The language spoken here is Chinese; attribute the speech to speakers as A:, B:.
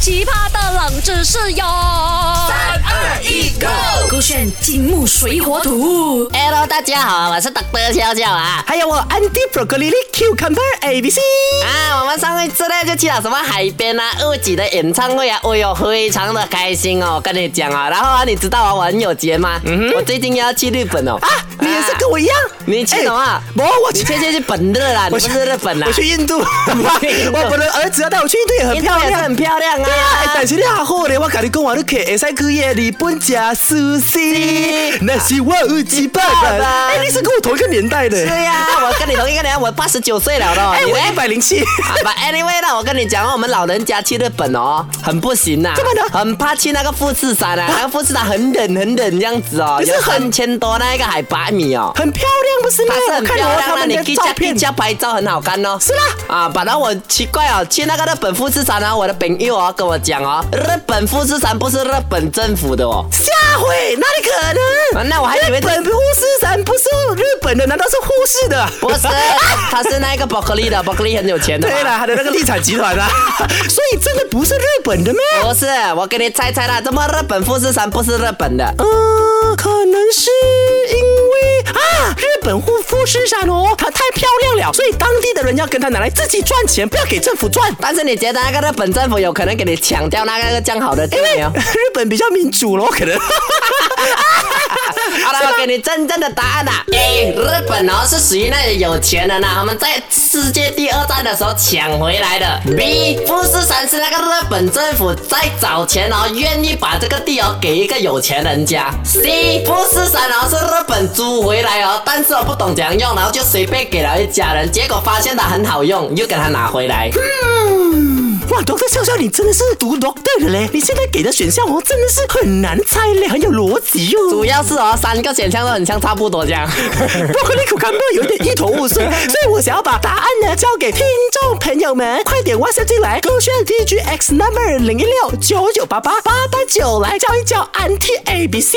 A: 奇葩的冷知识哟！三
B: 二一，Go！
A: 勾选金木水火土。
C: Hello，大家好，啊我是 Dr. 笑笑啊。
B: 还有我 Andy Broccoli Cucumber ABC。
C: 啊，我们上一次呢就去了什么海边啊、二级的演唱会啊，哎呦，非常的开心哦。我跟你讲啊，然后啊，你知道啊，我很有节吗？我最近要去日本哦。
B: 嗯啊，你也是跟我一样？
C: 你去什么？
B: 我我
C: 你
B: 去
C: 去去去本日啦，你
B: 我
C: 不是日本啦
B: 我。去印度，
C: 印度
B: 我我的儿子要带我去印度也很漂
C: 印度也是
B: 亮，
C: 很漂亮啊
B: 对哎但是你还好嘞，我跟你讲，我都可以会使去夜日本吃寿司，那是我有几百
C: 百
B: 人。哎，你是跟我同一个年代的。
C: 对呀、啊我跟你同一个年，我八十九岁了的哦。
B: 哎，
C: 你
B: 我
C: 嘞
B: 一百零七。
C: 啊，But anyway 呢，我跟你讲哦，我们老人家去日本哦，很不行呐、
B: 怎么的
C: 很怕去那个富士山啊，那个富士山很冷很冷这样子哦，
B: 可是
C: 有
B: 很
C: 三千多那一个海拔米哦。
B: 很漂亮，不是吗
C: 它？是
B: 我
C: 很漂
B: 看到
C: 亮
B: 他
C: 啊，
B: 们
C: 你
B: 的
C: 去
B: 照
C: 家去
B: 片，
C: 家拍照很好看哦。
B: 是啦
C: 啊，本来我奇怪哦，去那个日本富士山啊，我的朋友哦跟我讲哦，日本富士山不是日本政府的哦，
B: 下回哪里可能？
C: 啊那我还以为
B: 日本护士山不是日本的，难道是护士的？
C: 不是，它是那一个伯克利的，伯克利很有钱的嘛。
B: 对了，他的那个地产集团啊， 所以这个不是日本的咩？
C: 不是，我给你猜猜啦，怎么日本富士山不是日本的？
B: 呃，可能是因为啊，日本护富士山哦，它太漂亮了，所以当地的人要跟它拿来自己赚钱，不要给政府赚。
C: 但是你觉得那个日本政府有可能给你抢掉那个这样好的地没有？
B: 日本比较民主咯，可能。
C: 好了，我给你真正的答案啦。A，日本哦是属于那些有钱人啊呐、他们在世界第二战的时候抢回来的。B，富士山是那个日本政府在早前哦愿意把这个地哦给一个有钱人家。C，富士山哦是日本租回来哦，但是我不懂怎样用，然后就随便给了一家人，结果发现它很好用，又给它拿回来。
B: 哇，Doctor 笑笑，你真的是读 Doctor 的嘞！你现在给的选项哦，真的是很难猜嘞，很有逻辑
C: 主
B: 哦。
C: 要是哦三个选项都很像，差不多这样。
B: 不过你口感有点一头雾水，所以我想要把答案呢交给听众朋友们，快点 WhatsApp 进来，勾选 DGX number 零一六九九八八八八九来教一教 Anti ABC。